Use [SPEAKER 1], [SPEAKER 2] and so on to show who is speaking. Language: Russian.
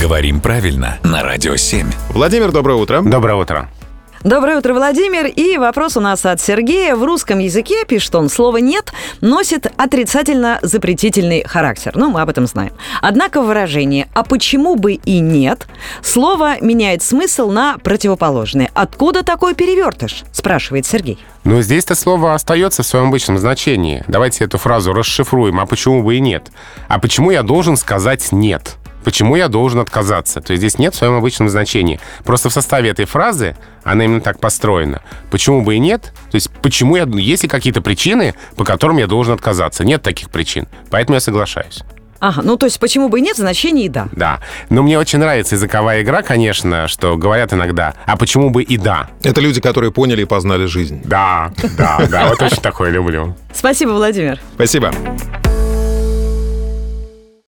[SPEAKER 1] Говорим правильно на Радио 7.
[SPEAKER 2] Владимир, доброе утро.
[SPEAKER 3] Доброе утро.
[SPEAKER 4] Доброе утро, Владимир. И вопрос у нас от Сергея. В русском языке, пишет он, слово «нет» носит отрицательно-запретительный характер. Ну, мы об этом знаем. Однако выражение «а почему бы и нет» слово меняет смысл на противоположное. Откуда такой перевертыш? Спрашивает Сергей.
[SPEAKER 3] Но здесь-то слово остается в своем обычном значении. Давайте эту фразу расшифруем. А почему бы и нет? А почему я должен сказать «нет»? Почему я должен отказаться? То есть здесь нет в своем обычном значении. Просто в составе этой фразы она именно так построена. Почему бы и нет? То есть почему я... Есть ли какие-то причины, по которым я должен отказаться? Нет таких причин. Поэтому я соглашаюсь.
[SPEAKER 4] Ага, ну то есть «почему бы и нет» значение «и да».
[SPEAKER 3] Да. Но мне очень нравится языковая игра, конечно, что говорят иногда, а почему бы и да?
[SPEAKER 2] Это люди, которые поняли и познали жизнь.
[SPEAKER 3] Да, да, да. Вот очень такое люблю.
[SPEAKER 4] Спасибо, Владимир.
[SPEAKER 2] Спасибо.